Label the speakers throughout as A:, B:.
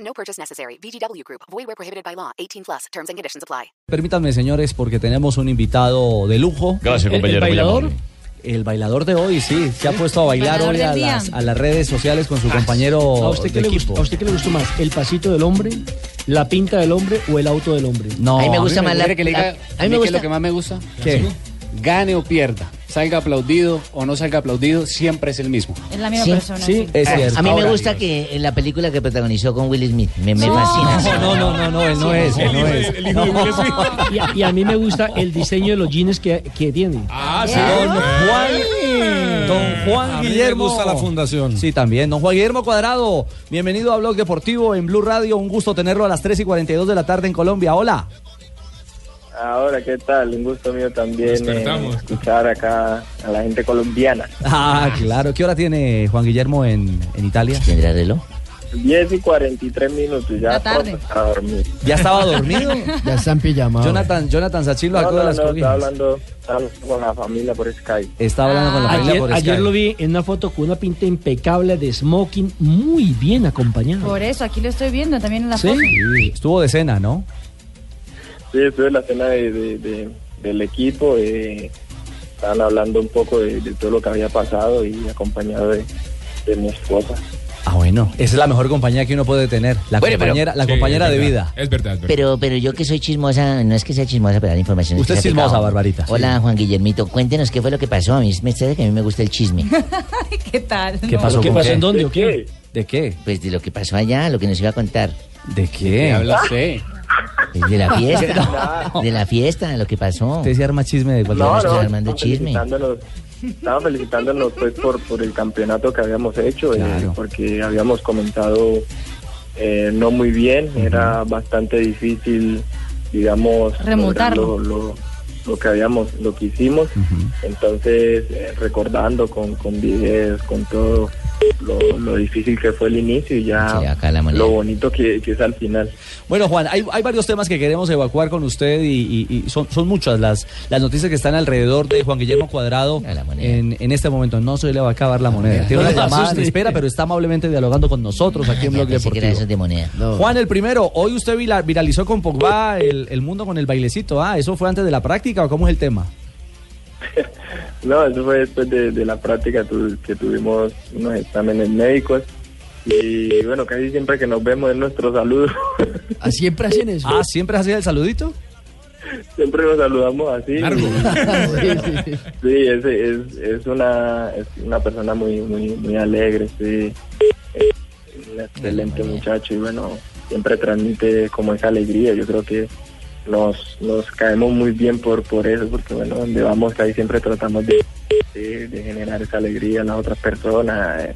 A: No purchase necessary. VGW Group. Void where prohibited by law. 18 plus. Terms and conditions apply.
B: Permítanme, señores, porque tenemos un invitado de lujo.
C: Gracias,
B: El- el
C: compañero, muy
B: bailador.
C: amable.
B: El bailador de hoy, sí, se ha puesto a bailar
D: Bailador
B: hoy
D: del
B: a
D: día.
B: las, a las redes sociales con su compañero
E: ¿A usted, qué
B: de
E: le
B: equipo.
E: gustó, ¿A usted qué le gustó más? ¿El pasito del hombre, la pinta del hombre o el auto del hombre?
B: No,
F: a mí me gusta
B: a
F: más la.
G: ¿Quiere que le diga
F: a mí me
G: qué es
F: gusta.
G: lo que más me gusta?
B: ¿Qué?
G: Gane o pierda, salga aplaudido o no salga aplaudido, siempre es el mismo.
D: Es la misma
F: Sí,
D: persona.
E: sí.
B: Es cierto.
F: A mí
B: Ahora,
F: me gusta que en la película que protagonizó con Will Smith me, me
D: No.
F: fascina. sí.
B: No, no, no, no, él no es, él no es.
E: Y a, y a mí me gusta el diseño de los jeans que, que tiene.
B: Don Juan, Don Juan Guillermo. la fundación. Sí, también. Don Juan Guillermo Cuadrado, bienvenido a Blog Deportivo en Blue Radio. Un gusto tenerlo a las 3 y 42 de la tarde en Colombia. Hola.
H: Ahora, ¿qué tal? Un gusto mío también eh, escuchar acá a la gente colombiana.
B: Ah, claro. ¿Qué hora tiene Juan Guillermo en, en Italia?
F: ¿Tendrá reloj?
H: 10 y 43 minutos ya
D: La tarde.
H: pronto para dormir.
B: ¿Ya estaba dormido?
E: Ya están pijamados.
B: Jonathan, Jonathan Sachin lo
H: No,
B: sacó de
H: no,
B: las
H: no, estaba
B: cobijas.
H: hablando, estaba hablando con la familia por Skype.
B: Está hablando con la familia
E: Ah, Ayer,
B: por
E: ayer
B: Skype.
E: lo vi en una foto con una pinta impecable de smoking, muy bien acompañado.
D: Por eso, aquí lo estoy viendo también en la
E: Sí.
D: foto.
B: Estuvo de cena, ¿no?
H: Sí, estuve en la cena de, de- de- del equipo. eh, estaban hablando un poco de, de todo lo que había pasado y acompañado de, de mi esposa.
B: Ah, bueno. Esa es la mejor compañía que uno puede tener. La
F: Bueno, pero-
B: compañera, la compañera de vida.
C: Es verdad, es verdad.
F: Pero, pero yo que soy chismosa, no es que sea chismosa, pero la información
B: Usted
F: que
B: es
F: sea
B: chismosa,
F: pecado.
B: Barbarita.
F: Hola, Juan Guillermito. Cuéntenos qué fue lo que pasó. A mí me sabe que a mí me gusta el chisme.
D: ¿Qué tal?
B: ¿Qué
D: No.
B: pasó?
E: ¿Qué
B: ¿Con
E: pasó?
B: qué?
E: ¿En dónde o qué?
B: ¿De qué?
F: Pues de lo que pasó allá, lo que nos iba a contar.
B: ¿De
G: ¿Qué
B: qué?
G: habla usted?
F: Pues de la fiesta. De la fiesta, lo que pasó.
B: Usted se arma chisme de cualquier
F: No,
B: cosa.
F: no. armando
H: estaban
F: chisme.
H: felicitándonos- Estaban felicitándonos pues por, por el campeonato que habíamos hecho, eh,
B: Claro.
H: porque habíamos comenzado eh, no muy bien, era bastante difícil, digamos, lograr
D: Remontarlo.
H: Lo, lo- lo que habíamos, lo que hicimos, entonces eh, recordando con, con videos, con todo lo, lo difícil que fue el inicio y ya
F: Sí, acá la moneda.
H: lo bonito que, que es al final.
B: Bueno, Juan, hay, hay varios temas que queremos evacuar con usted y, y- y son, son muchas las, las noticias que están alrededor de Juan Guillermo Cuadrado
F: A la moneda.
B: en, en este momento. No se le va a acabar la moneda. Tiene una
E: No, no,
B: llamada en
E: asuste.
B: espera, pero está amablemente dialogando con nosotros aquí en
F: Ya
B: Blog
F: pensé que era
B: Deportivo.
F: eso de moneda.
B: Juan, el primero, hoy usted vila- viralizó con Pogba el, el mundo con el bailecito. Ah, ¿eso fue antes de la práctica o cómo es el tema?
H: No, eso fue después de, de la práctica tu- que tuvimos unos exámenes médicos. Y bueno, casi siempre que nos vemos es nuestro saludo.
E: Siempre hacen eso.
B: Ah, ¿siempre hacía el saludito?
H: siempre nos saludamos así. Sí, es, es, es una, es una persona muy, muy, muy alegre, sí. Es un excelente muchacho y bueno, siempre transmite como esa alegría. Yo creo que nos, nos caemos muy bien por, por eso, porque bueno, donde vamos ahí siempre tratamos de, de- de generar esa alegría a las otras personas, eh,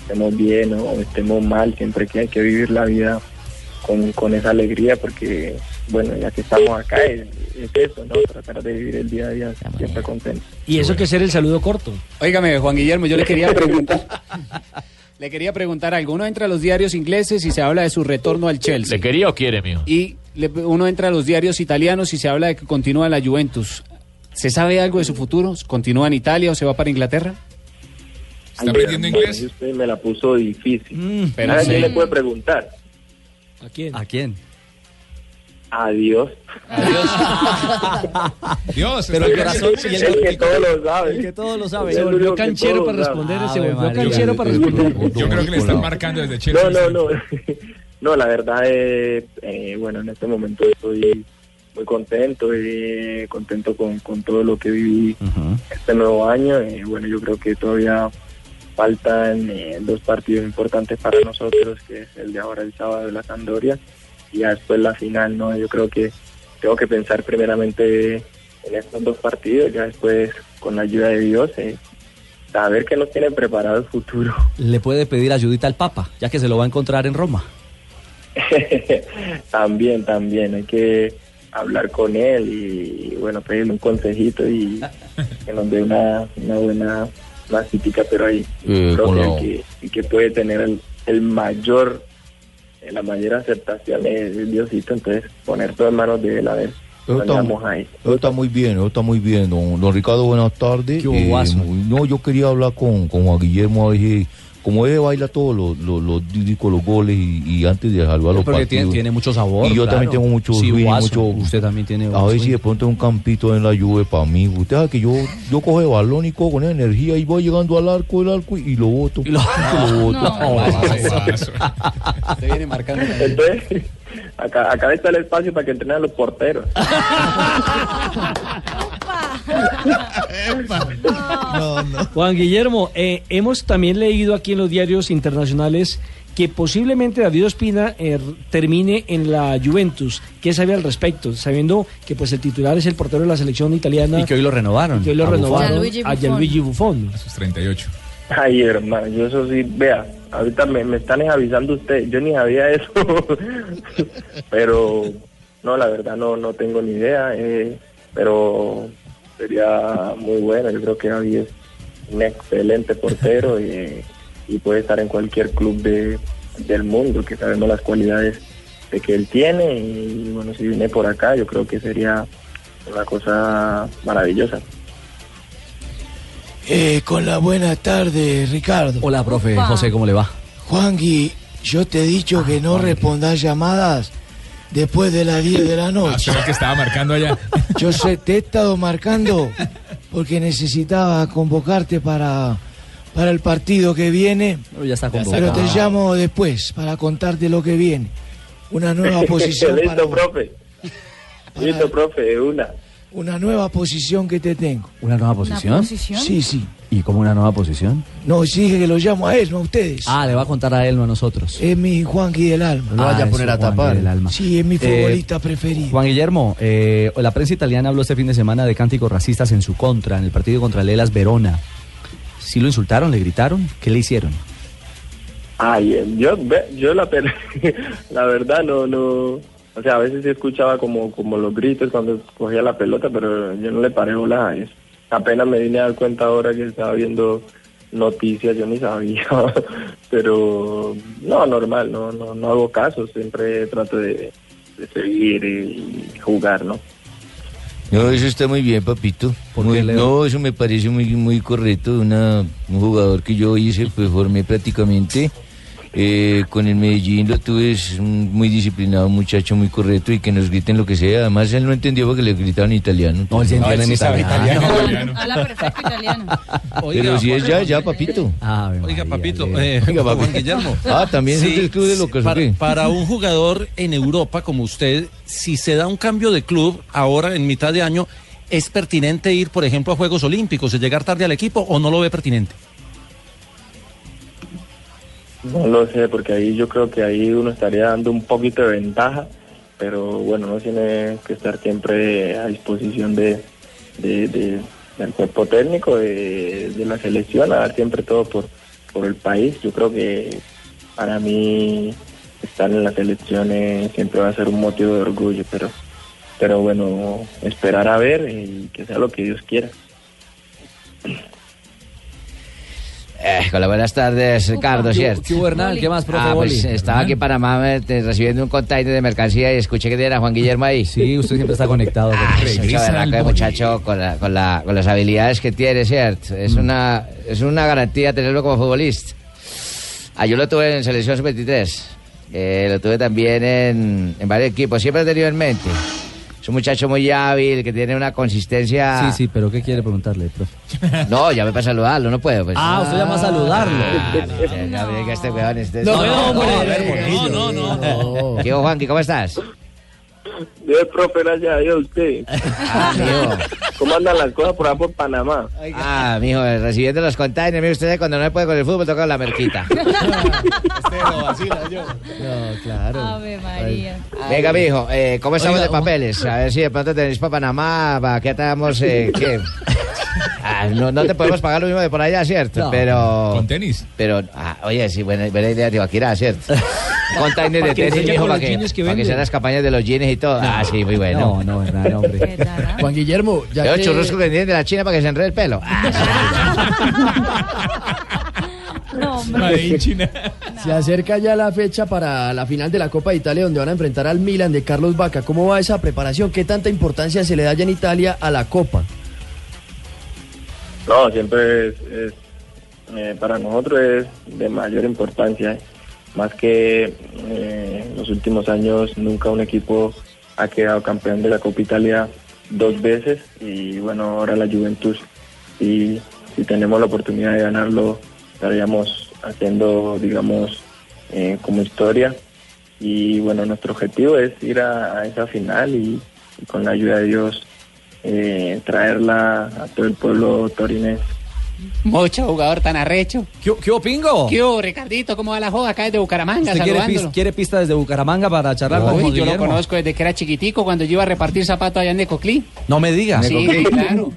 H: estemos bien o estemos mal, siempre que hay que vivir la vida con, con esa alegría, porque bueno, ya que estamos acá, es, es eso, ¿no? Tratar de vivir el día a día siempre contento.
E: Y eso que ser el saludo corto.
G: Óigame, Juan Guillermo, yo le quería preguntar. Le quería preguntar, alguno entra a los diarios ingleses y se habla de su retorno al Chelsea.
C: ¿Le quería o quiere, mío?
G: Y le- uno entra a los diarios italianos y se habla de que continúa en la Juventus. ¿Se sabe algo de su futuro? ¿Continúa en Italia o se va para Inglaterra?
H: ¿Está aprendiendo inglés? Usted me la puso difícil.
B: Mm,
E: Hmm.
G: Pero
H: Ahora,
G: sí.
H: ¿quién le puede preguntar?
E: ¿A quién?
B: ¿A quién?
H: Adiós.
C: Dios,
B: Pero el corazón y el
H: El que todo lo
B: el que
H: sabe.
B: todo lo
E: Se
B: sabe.
H: el
E: volvió
H: único que Ah,
E: canchero
H: puedo
E: para
H: usar.
E: responder, se
B: Ave
E: volvió
B: María.
E: canchero para responder.
C: Yo creo que le están marcando desde
H: No,
C: Chelsea.
H: no, no. No, la verdad es, eh, bueno, en este momento estoy muy contento y contento con, con todo lo que viví este nuevo año. Eh, bueno, yo creo que todavía faltan eh, dos partidos importantes para nosotros, que es el de ahora el sábado de la Sampdoria y ya después la final, ¿no? Yo creo que tengo que pensar primeramente en estos dos partidos, ya después con la ayuda de Dios, eh, saber que nos tiene preparado el futuro.
B: Le puede pedir ayudita al Papa, ya que se lo va a encontrar en Roma.
H: también, también, hay que hablar con él y, bueno, pedirle un consejito y que nos dé una, una buena una citica, pero ahí
I: Eh,
H: creo
I: con
H: que el
I: lo-
H: que, el que puede tener el, el mayor, eh, la mayor aceptación es Diosito, entonces poner todo en manos de él a ver.
I: Eso está,
H: Vamos ahí.
I: eso está muy bien, eso está muy bien, don, don Ricardo, buenas tardes. Eh,
H: Yo, guaso.
I: muy- no, yo quería hablar con, con Juan Guillermo, a ver si- como él baila todos los, los, los discos, los goles y, y antes de salvar los
B: Porque
I: partidos.
B: tiene, tiene mucho sabor.
I: Y yo también
B: claro.
I: tengo mucho
B: Sí,
I: swing,
B: guaso.
I: mucho-
B: Usted también tiene
I: A
B: un
I: ver si
B: swing.
I: de pronto un campito en la lluvia para mí. Usted sabe que yo, yo coge balón y cojo con energía y voy llegando al arco, el arco y, y lo boto. Y lo, boto.
G: Ah,
H: Entonces, acá, acá está el espacio para que entrenen a los porteros.
E: Juan Guillermo, eh, hemos también leído aquí en los diarios internacionales que posiblemente David Ospina eh, r- termine en la Juventus. ¿Qué sabe al respecto? Sabiendo que pues el titular es el portero de la selección italiana.
B: Y que hoy lo renovaron.
E: y que hoy lo
B: A Buffon.
E: renovaron
H: Gianluigi
E: a Gianluigi Buffon.
C: 38.
H: Ay, hermano, yo eso sí, vea, ahorita me, me están avisando ustedes, yo ni sabía eso, pero no, la verdad no, no tengo ni idea, eh, pero sería muy bueno, yo creo que Javi es un excelente portero y, y puede estar en cualquier club de, del mundo, que sabemos las cualidades de que él tiene y bueno, si viene por acá, yo creo que sería una cosa maravillosa.
J: Eh, con la buena tarde, Ricardo.
B: Hola, profe
J: Upa.
B: José, ¿cómo le va?
J: Juanqui, yo te he
B: Ah,
J: dicho que no respondas llamadas después de las 10 de la noche.
C: Creo que estaba marcando allá.
B: Ah.
J: Yo sé, te he estado marcando porque necesitaba convocarte para, para el partido que viene.
B: Ya está
J: Pero te llamo después para contarte lo que viene. Una nueva posición para
H: Listo, profe. Listo, profe, de una.
J: una nueva posición que te tengo.
B: ¿Una nueva posición?
J: posición? Sí, sí.
B: ¿Y cómo una nueva posición?
J: No, sí dije que lo llamo a él, no a ustedes.
B: Ah, le va a contar a él, no a nosotros.
G: Eh,
B: Ah,
J: Es mi Juanqui del alma.
B: No lo vaya a poner a tapar.
J: Sí, es mi
B: Eh,
J: futbolista preferido.
B: Juan Guillermo, eh, la prensa italiana habló este fin de semana de cánticos racistas en su contra, en el partido contra el Elas Verona. ¿Sí lo insultaron? ¿Le gritaron? ¿Qué le hicieron?
H: Ay, eh, yo, ve- yo la, per- la verdad no, no, o sea, a veces sí escuchaba como, como los gritos cuando cogía la pelota, pero yo no le paré bolas a eso. Apenas me vine a dar cuenta ahora que estaba viendo noticias, yo ni sabía, pero no, normal, no, no, no hago caso, siempre trato de, de seguir y y jugar, ¿no?
I: No, eso está muy bien, papito. Muy- no, eso me parece muy, muy correcto. Una, un jugador que yo hice, pues formé prácticamente. Eh, con el Medellín lo tuve, es un muy disciplinado, un muchacho muy correcto y que nos griten lo que sea. Además, él no entendió porque le gritaban en italiano. No, él se
B: entiende en italiano.
D: Habla perfecto italiano.
I: Pero si es ya, ya, papito.
K: Oiga, papito, eh,
I: Oiga,
K: Juan
I: papito.
K: Guillermo.
I: Ah, también es del club de
K: sí,
I: locos, ¿o
K: para,
I: qué?
K: para un jugador en Europa como usted, si se da un cambio de club ahora en mitad de año, ¿es pertinente ir, por ejemplo, a Juegos Olímpicos y llegar tarde al equipo o no lo ve pertinente?
H: No lo sé, porque ahí yo creo que ahí uno estaría dando un poquito de ventaja, pero bueno, uno tiene que estar siempre a disposición de, de- de- del cuerpo técnico, de, de la selección, a dar siempre todo por, por el país. Yo creo que para mí estar en las selecciones siempre va a ser un motivo de orgullo, pero, pero bueno, esperar a ver y que sea lo que Dios quiera.
L: Eh, hola, buenas tardes, Ricardo, ¿cierto?
B: ¿Qué hubo, Hernán? ¿Qué más, profe
L: Ah, pues,
B: Boli?
L: estaba aquí en Panamá eh, te- recibiendo un container de mercancía y escuché que era Juan Guillermo ahí.
B: Sí, usted siempre está conectado.
L: Ah, es un berraco de muchacho con, la- con la- con las habilidades que tiene, ¿cierto? Es,
B: Mm.
L: una, es una garantía tenerlo como futbolista. Ah, yo lo tuve en Selección Sub-23. eh, lo tuve también en, en varios equipos. Siempre he tenido en mente. Es un muchacho muy hábil, que tiene una consistencia...
K: Ah.
B: Sí, sí, pero ¿qué quiere preguntarle, profe?
L: No, ya me para saludarlo, no puedo. Pues.
B: Ah, usted llama a saludarlo.
L: Ya me diga este weón, este-
B: No, no, hombre.
L: no, no, no. ¿Qué hubo, Juanqui? ¿Cómo estás?
H: Dios, profe, gracias a Dios, usted. ¿Cómo andan las cosas por allá por Panamá?
L: Ah, mijo, recibiendo los containers. Mire usted, cuando no me puede con el fútbol, toca la merquita.
B: No, claro.
D: Ave María.
L: Venga, mijo, eh, ¿cómo estamos
D: Oiga,
L: de papeles? A ver si de pronto tenéis para Panamá, para qué estamos, eh, qué. Ah, no, no te podemos pagar lo mismo de por allá, ¿cierto?
C: No.
L: Pero.
C: Con tenis.
L: Pero, ah, oye, sí, buena, buena idea, Tibaquirá, ¿cierto? container
F: Pa'
L: de
F: que
L: tenis,
F: enseñe
L: mijo,
F: con
L: para
F: los
L: que,
F: jeans que
L: pa' que
F: vende.
L: sean las campañas de los jeans y todo. Ah, sí, muy bueno.
B: No, no, verdad, hombre.
D: ¿ah?
F: Juan Guillermo, ya
L: Veo
F: que-
L: churrosco que tienen de la China para que se enrede el pelo. Ah,
D: No,
F: Se acerca ya la fecha para la final de la Copa de Italia donde van a enfrentar al Milan de Carlos Vaca. ¿Cómo va esa preparación? ¿Qué tanta importancia se le da ya en Italia a la Copa?
H: No, siempre es, es, eh, para nosotros es de mayor importancia, ¿eh? más que eh, en los últimos años nunca un equipo ha quedado campeón de la Copa Italia dos veces y bueno, ahora la Juventus y si tenemos la oportunidad de ganarlo estaríamos haciendo, digamos, eh, como historia y bueno, nuestro objetivo es ir a, a esa final y- y con la ayuda de Dios eh, traerla a todo el pueblo torinés.
G: Mocho, jugador tan arrecho.
B: ¿Qué, qué opingo?
G: ¿Qué hubo, Ricardito? ¿Cómo va la joda acá desde Bucaramanga?
B: ¿Usted quiere, pis-
G: saludándolo.
B: quiere pista desde Bucaramanga para charlar con
G: Uy,
B: Juan
G: yo lo
B: Guillermo?
G: conozco desde que era chiquitico, cuando yo iba a repartir zapatos allá en Necoclí.
B: No me digas.
G: Sí, claro.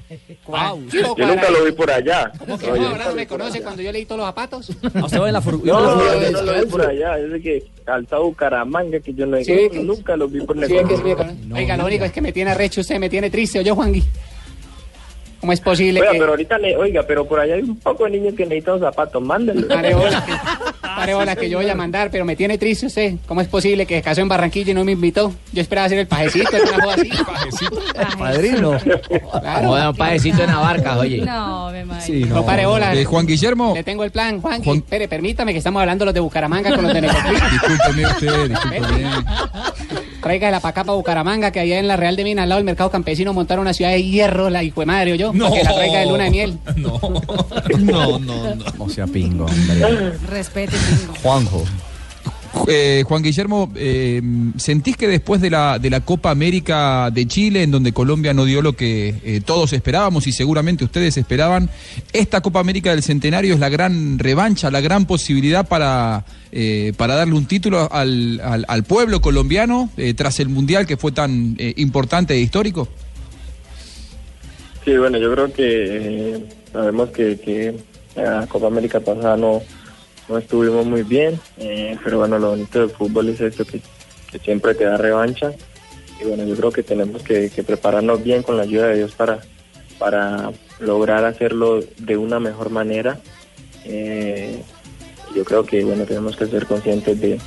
G: Guau, yo
H: Yo nunca lo vi por allá.
G: ¿Cómo ahora no me conoce cuando yo leí todos los zapatos?
B: usted va en la iba en
H: No,
B: la
H: no,
B: furgo-
H: yo no lo vi por allá. Es de que calzado Bucaramanga, que yo no
G: Sí, ve que-
H: nunca lo vi por la
G: Sí, es que es mío, ¿no? Oiga, lo único es que me tiene arrecho usted, me tiene triste. Oye, Juangui, ¿cómo es posible
H: Oiga,
G: que...
H: pero ahorita, le- oiga, pero por allá hay un poco de niños que necesitan zapatos, mándenlo.
G: Pare bolas que yo voy a mandar, pero me tiene triste usted. ¿Cómo es posible que se casó en Barranquilla y no me invitó? Yo esperaba hacer el pajecito, era una joda así.
B: Padrino.
L: Ah, Como de un padecito en la barca, oye.
D: No, me imagino.
L: Sí,
G: No, pare bolas.
L: Eh,
G: Juan Guillermo. Le tengo el plan, Juan.
L: Juan-
G: Espere, permítame que estamos hablando los de Bucaramanga con los de Necoclí.
C: Discúlpeme usted, discúlpeme.
G: Tráigala para acá, para Bucaramanga, que allá en la Real de Minas, al lado del mercado campesino, montaron una ciudad de hierro, la hijo de madre, yo.
C: No.
G: Que la traiga de luna de miel.
C: No, no, no.
B: No sea pingo, hombre.
D: Respete, Pingo.
B: Juanjo.
M: Eh, Juan Guillermo, eh, ¿sentís que después de la, de la Copa América de Chile, en donde Colombia no dio lo que eh, todos esperábamos y seguramente ustedes esperaban, esta Copa América del Centenario es la gran revancha, la gran posibilidad para, eh, para darle un título al, al- al pueblo colombiano eh, tras el Mundial que fue tan eh, importante e histórico?
H: Sí, bueno, yo creo que eh, sabemos que, que la Copa América pasada no, no estuvimos muy bien, eh, pero bueno, lo bonito del fútbol es esto, que, que siempre te da revancha. Y bueno, yo creo que tenemos que, que prepararnos bien con la ayuda de Dios para, para lograr hacerlo de una mejor manera. Eh, yo creo que bueno, tenemos que ser conscientes de,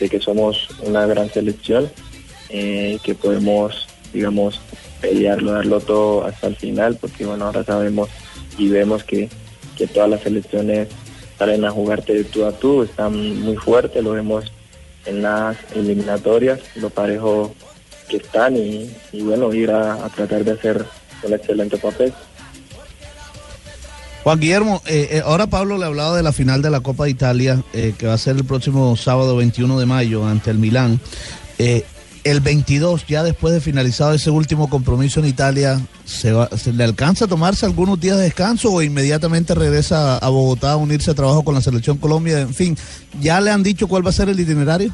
H: de que somos una gran selección, eh, que podemos, digamos, pelearlo, darlo todo hasta el final, porque bueno, ahora sabemos y vemos que, que todas las selecciones salen a jugarte de tú a tú, están muy fuertes, lo vemos en las eliminatorias, lo parejo que están y, y bueno, ir a, a tratar de hacer un excelente papel.
N: Juan Guillermo, eh, eh, ahora Pablo le hablaba de la final de la Copa de Italia, eh, que va a ser el próximo sábado 21 de mayo ante el Milán. Eh, el 22, ya después de finalizado ese último compromiso en Italia, ¿se, va- se ¿le alcanza a tomarse algunos días de descanso o inmediatamente regresa a Bogotá a unirse a trabajo con la Selección Colombia? En fin, ¿ya le han dicho cuál va a ser el itinerario?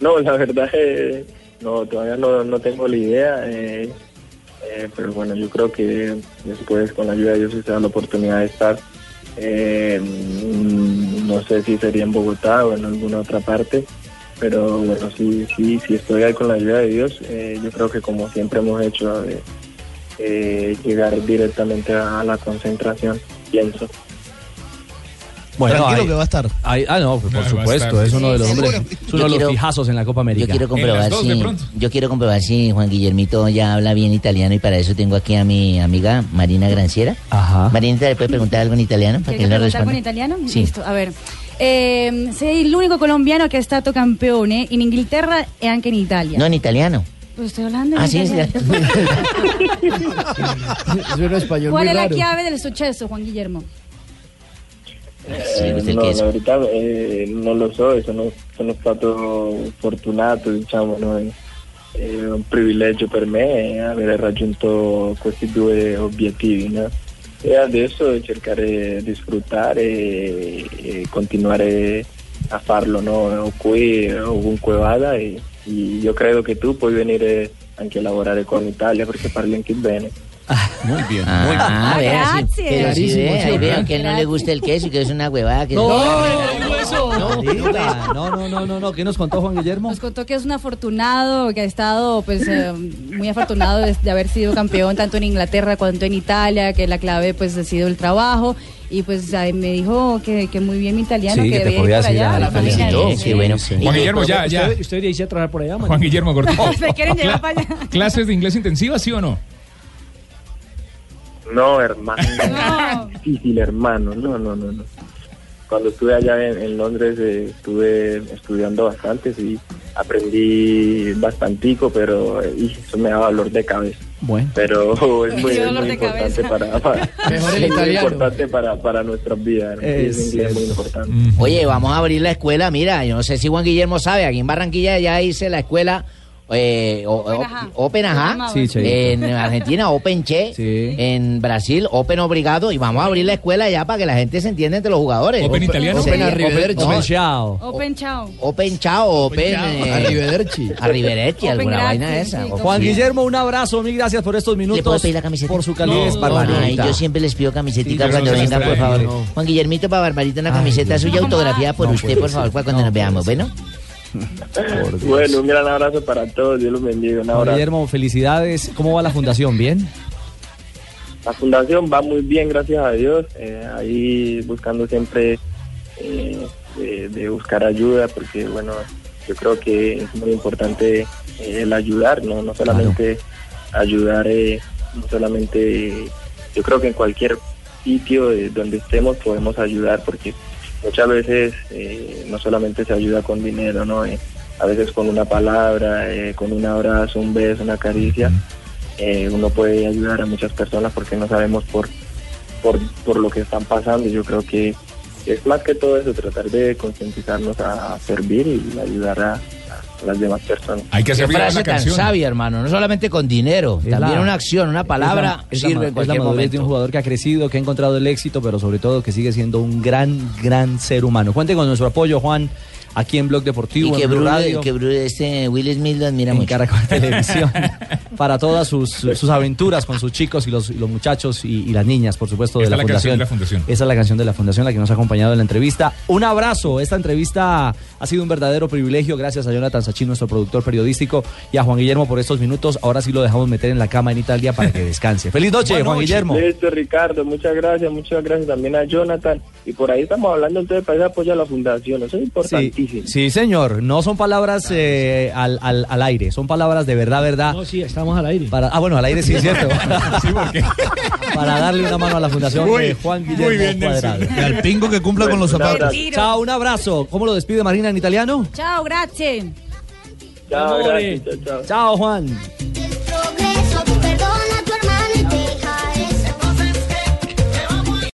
H: No, la verdad eh, no, todavía no, no tengo la idea, eh, eh, pero bueno, yo creo que después con la ayuda de Dios si se da la oportunidad de estar, eh, mm, no sé si sería en Bogotá o en alguna otra parte, pero bueno, sí, sí, sí estoy ahí con la ayuda de Dios, eh, yo creo que como siempre hemos hecho, eh, eh, llegar directamente a la concentración, pienso.
N: Tranquilo
B: ahí-
N: que va a estar.
B: ahí- ah, no, pues, por supuesto, es uno de los hombres, es uno de los fijazos en la Copa América.
F: Yo quiero comprobar si, yo quiero comprobar si Juan Guillermito ya habla bien italiano y para eso tengo aquí a mi amiga Marina Granciera. Marinita, ¿le puede preguntar algo en italiano para que
D: ¿Quieres
F: él lo
D: preguntar con
F: responda?
D: italiano?
F: Sì.
D: Listo, a ver. Ehm, sei l'unico colombiano che è stato campione in Inghilterra e anche in Italia.
F: No, en italiano.
D: Lo estoy hablando. en
F: Ah, sí,
D: italiano.
F: Suena español
D: ¿Cuál
F: muy
D: es la
F: raro.
D: clave del suceso, Juan Guillermo?
H: Eh,
F: gusta el
H: no,
F: queso.
H: la verità eh, non lo so, sono, sono stato fortunato, diciamo, no? Eh, è un privilegio per me eh, aver raggiunto questi due obiettivi. no? E adesso cercare di sfruttare e, e continuare a farlo, no? o qui o ovunque vada. E, e io credo che tu puoi venire anche a lavorare con l'Italia perché parli anche bene.
N: Muy bien,
F: muy bien.
L: Ah, vea, sí,
F: Gracias.
L: pero sí
F: Clarísimo,
L: ve,
F: sí,
L: ahí veo
F: claro.
L: que no le gusta el queso, que es una huevada. Que
B: No, diga, no, no, no, no, no. ¿Qué nos contó Juan Guillermo?
D: Nos contó que es un afortunado, que ha estado pues eh, muy afortunado de, de haber sido campeón tanto en Inglaterra cuanto en Italia, que la clave pues ha sido el trabajo. Y pues ahí me dijo que, que muy bien mi italiano, que debía ir para allá. la familia de-
F: sí, bueno.
M: Juan Guillermo, ya, ya.
E: Usted, usted iría a trabajar por allá, man.
M: Juan Guillermo Gordillo.
D: Me quieren llevar para allá.
M: ¿Clases de inglés intensivas, sí o no?
H: No, hermano. Difícil, hermano. No, no, no, no. Cuando estuve allá en, en Londres eh, estuve estudiando bastante, sí. Aprendí bastantico, pero eh, y eso me daba dolor de cabeza.
O: Bueno.
H: Pero es muy,
O: Qué
H: es
O: dolor
H: muy
O: de
H: importante
O: cabeza.
H: para, para-
L: Mejor el
H: es muy
L: italiano.
H: importante para, para nuestras vidas. ¿no? Sí, el
L: Es
H: inglés es muy
L: cierto. Mm,
H: importante.
L: Oye, vamos a abrir la escuela, mira, yo no sé si Juan Guillermo sabe, aquí en Barranquilla ya hice la escuela eh, o- o- Open Ajá, Eh,
B: Sí, Cheito.
L: en Argentina Open Che, en Brasil Open Obrigado y vamos a abrir la escuela ya para que la gente se entienda entre los jugadores.
B: Open italiano.
L: Sí,
B: Open arrivederci.
L: no,
B: Open chao.
D: Open chao.
L: Open chao, Open eh,
B: Arrivederci.
L: Arrivederci,
B: Open
L: alguna
B: gratis,
L: vaina esa.
B: Juan Guillermo, un abrazo, mil gracias por estos minutos. Por su calidez,
L: Ay,
B: Barbarita.
L: yo siempre les pido camisetica
B: Sí, pero
L: cuando
B: no se
L: vengan,
B: las
L: por favor.
B: traigan, no.
L: Juan Guillermito para Barbarita, una camiseta suya autografiada por
B: pues,
L: usted, por favor, para cuando nos veamos. Bueno,
H: Bueno, un gran abrazo para todos. Dios los bendiga. Un
B: Juan
H: abrazo.
B: Guillermo, felicidades. ¿Cómo va la fundación? ¿Bien?
H: La fundación va muy bien, gracias a Dios. eh, ahí buscando siempre eh, de, de buscar ayuda, porque bueno, yo creo que es muy importante eh, el ayudar, no, no solamente ayudar, eh, no solamente. Yo creo que en cualquier sitio eh, donde estemos podemos ayudar, porque muchas veces eh, no solamente se ayuda con dinero, no. Eh, a veces con una palabra, eh, con un abrazo, un beso, una caricia eh, uno puede ayudar a muchas personas porque no sabemos por, por, por lo que están pasando. Yo creo que es más que todo eso, tratar de concientizarnos a, a servir y ayudar a, a las demás personas.
M: Hay
L: qué frase tan sabia, hermano. No solamente con dinero,
B: Es
L: también
B: la-
L: una acción, una palabra
B: es la, es la-
L: sirve en
B: es la
L: cualquier
B: madurez de
L: momento.
B: un jugador que ha crecido, que ha encontrado el éxito, pero sobre todo que sigue siendo un gran, gran ser humano. Cuente con nuestro apoyo, Juan, aquí en Blog Deportivo,
L: Y que
B: en Blue
L: Bruno-
B: Radio,
L: y que Bruno- este Will Smith lo admira
B: en
L: mucho.
B: Caracol Televisión, para todas sus, sus aventuras con sus chicos y los, y los muchachos y, y las niñas, por supuesto, de
M: Esta
B: la,
M: es la canción
B: fundación.
M: de la Fundación.
B: Esa es la canción de la Fundación, la que nos ha acompañado en la entrevista. Un abrazo. Esta entrevista ha sido un verdadero privilegio. Gracias a Jonathan Sachin, nuestro productor periodístico, y a Juan Guillermo por estos minutos. Ahora sí lo dejamos meter en la cama en Italia para que descanse. Feliz noche,
H: Buenas
B: Juan
H: noches.
B: Guillermo.
H: Listo, Ricardo, muchas gracias, muchas gracias también a Jonathan. Y por ahí estamos hablando entonces para ese apoyo a la fundación, eso es importantísimo.
B: Sí, sí, señor. No son palabras eh, al, al- al aire, son palabras de verdad, verdad. No,
E: sí, estamos al aire.
B: ah, bueno, al aire sí, cierto. Para darle una mano a la Fundación
P: Muy-
B: de Juan Guillermo
P: muy bien, Nelson.
B: Cuadrado.
P: Y al
B: pingo que cumpla
P: Bueno, con los un zapatos. abrazo.
B: Chao, un abrazo. ¿Cómo lo despide Marina en italiano?
D: Chao, gracias.
B: Chao, Juan.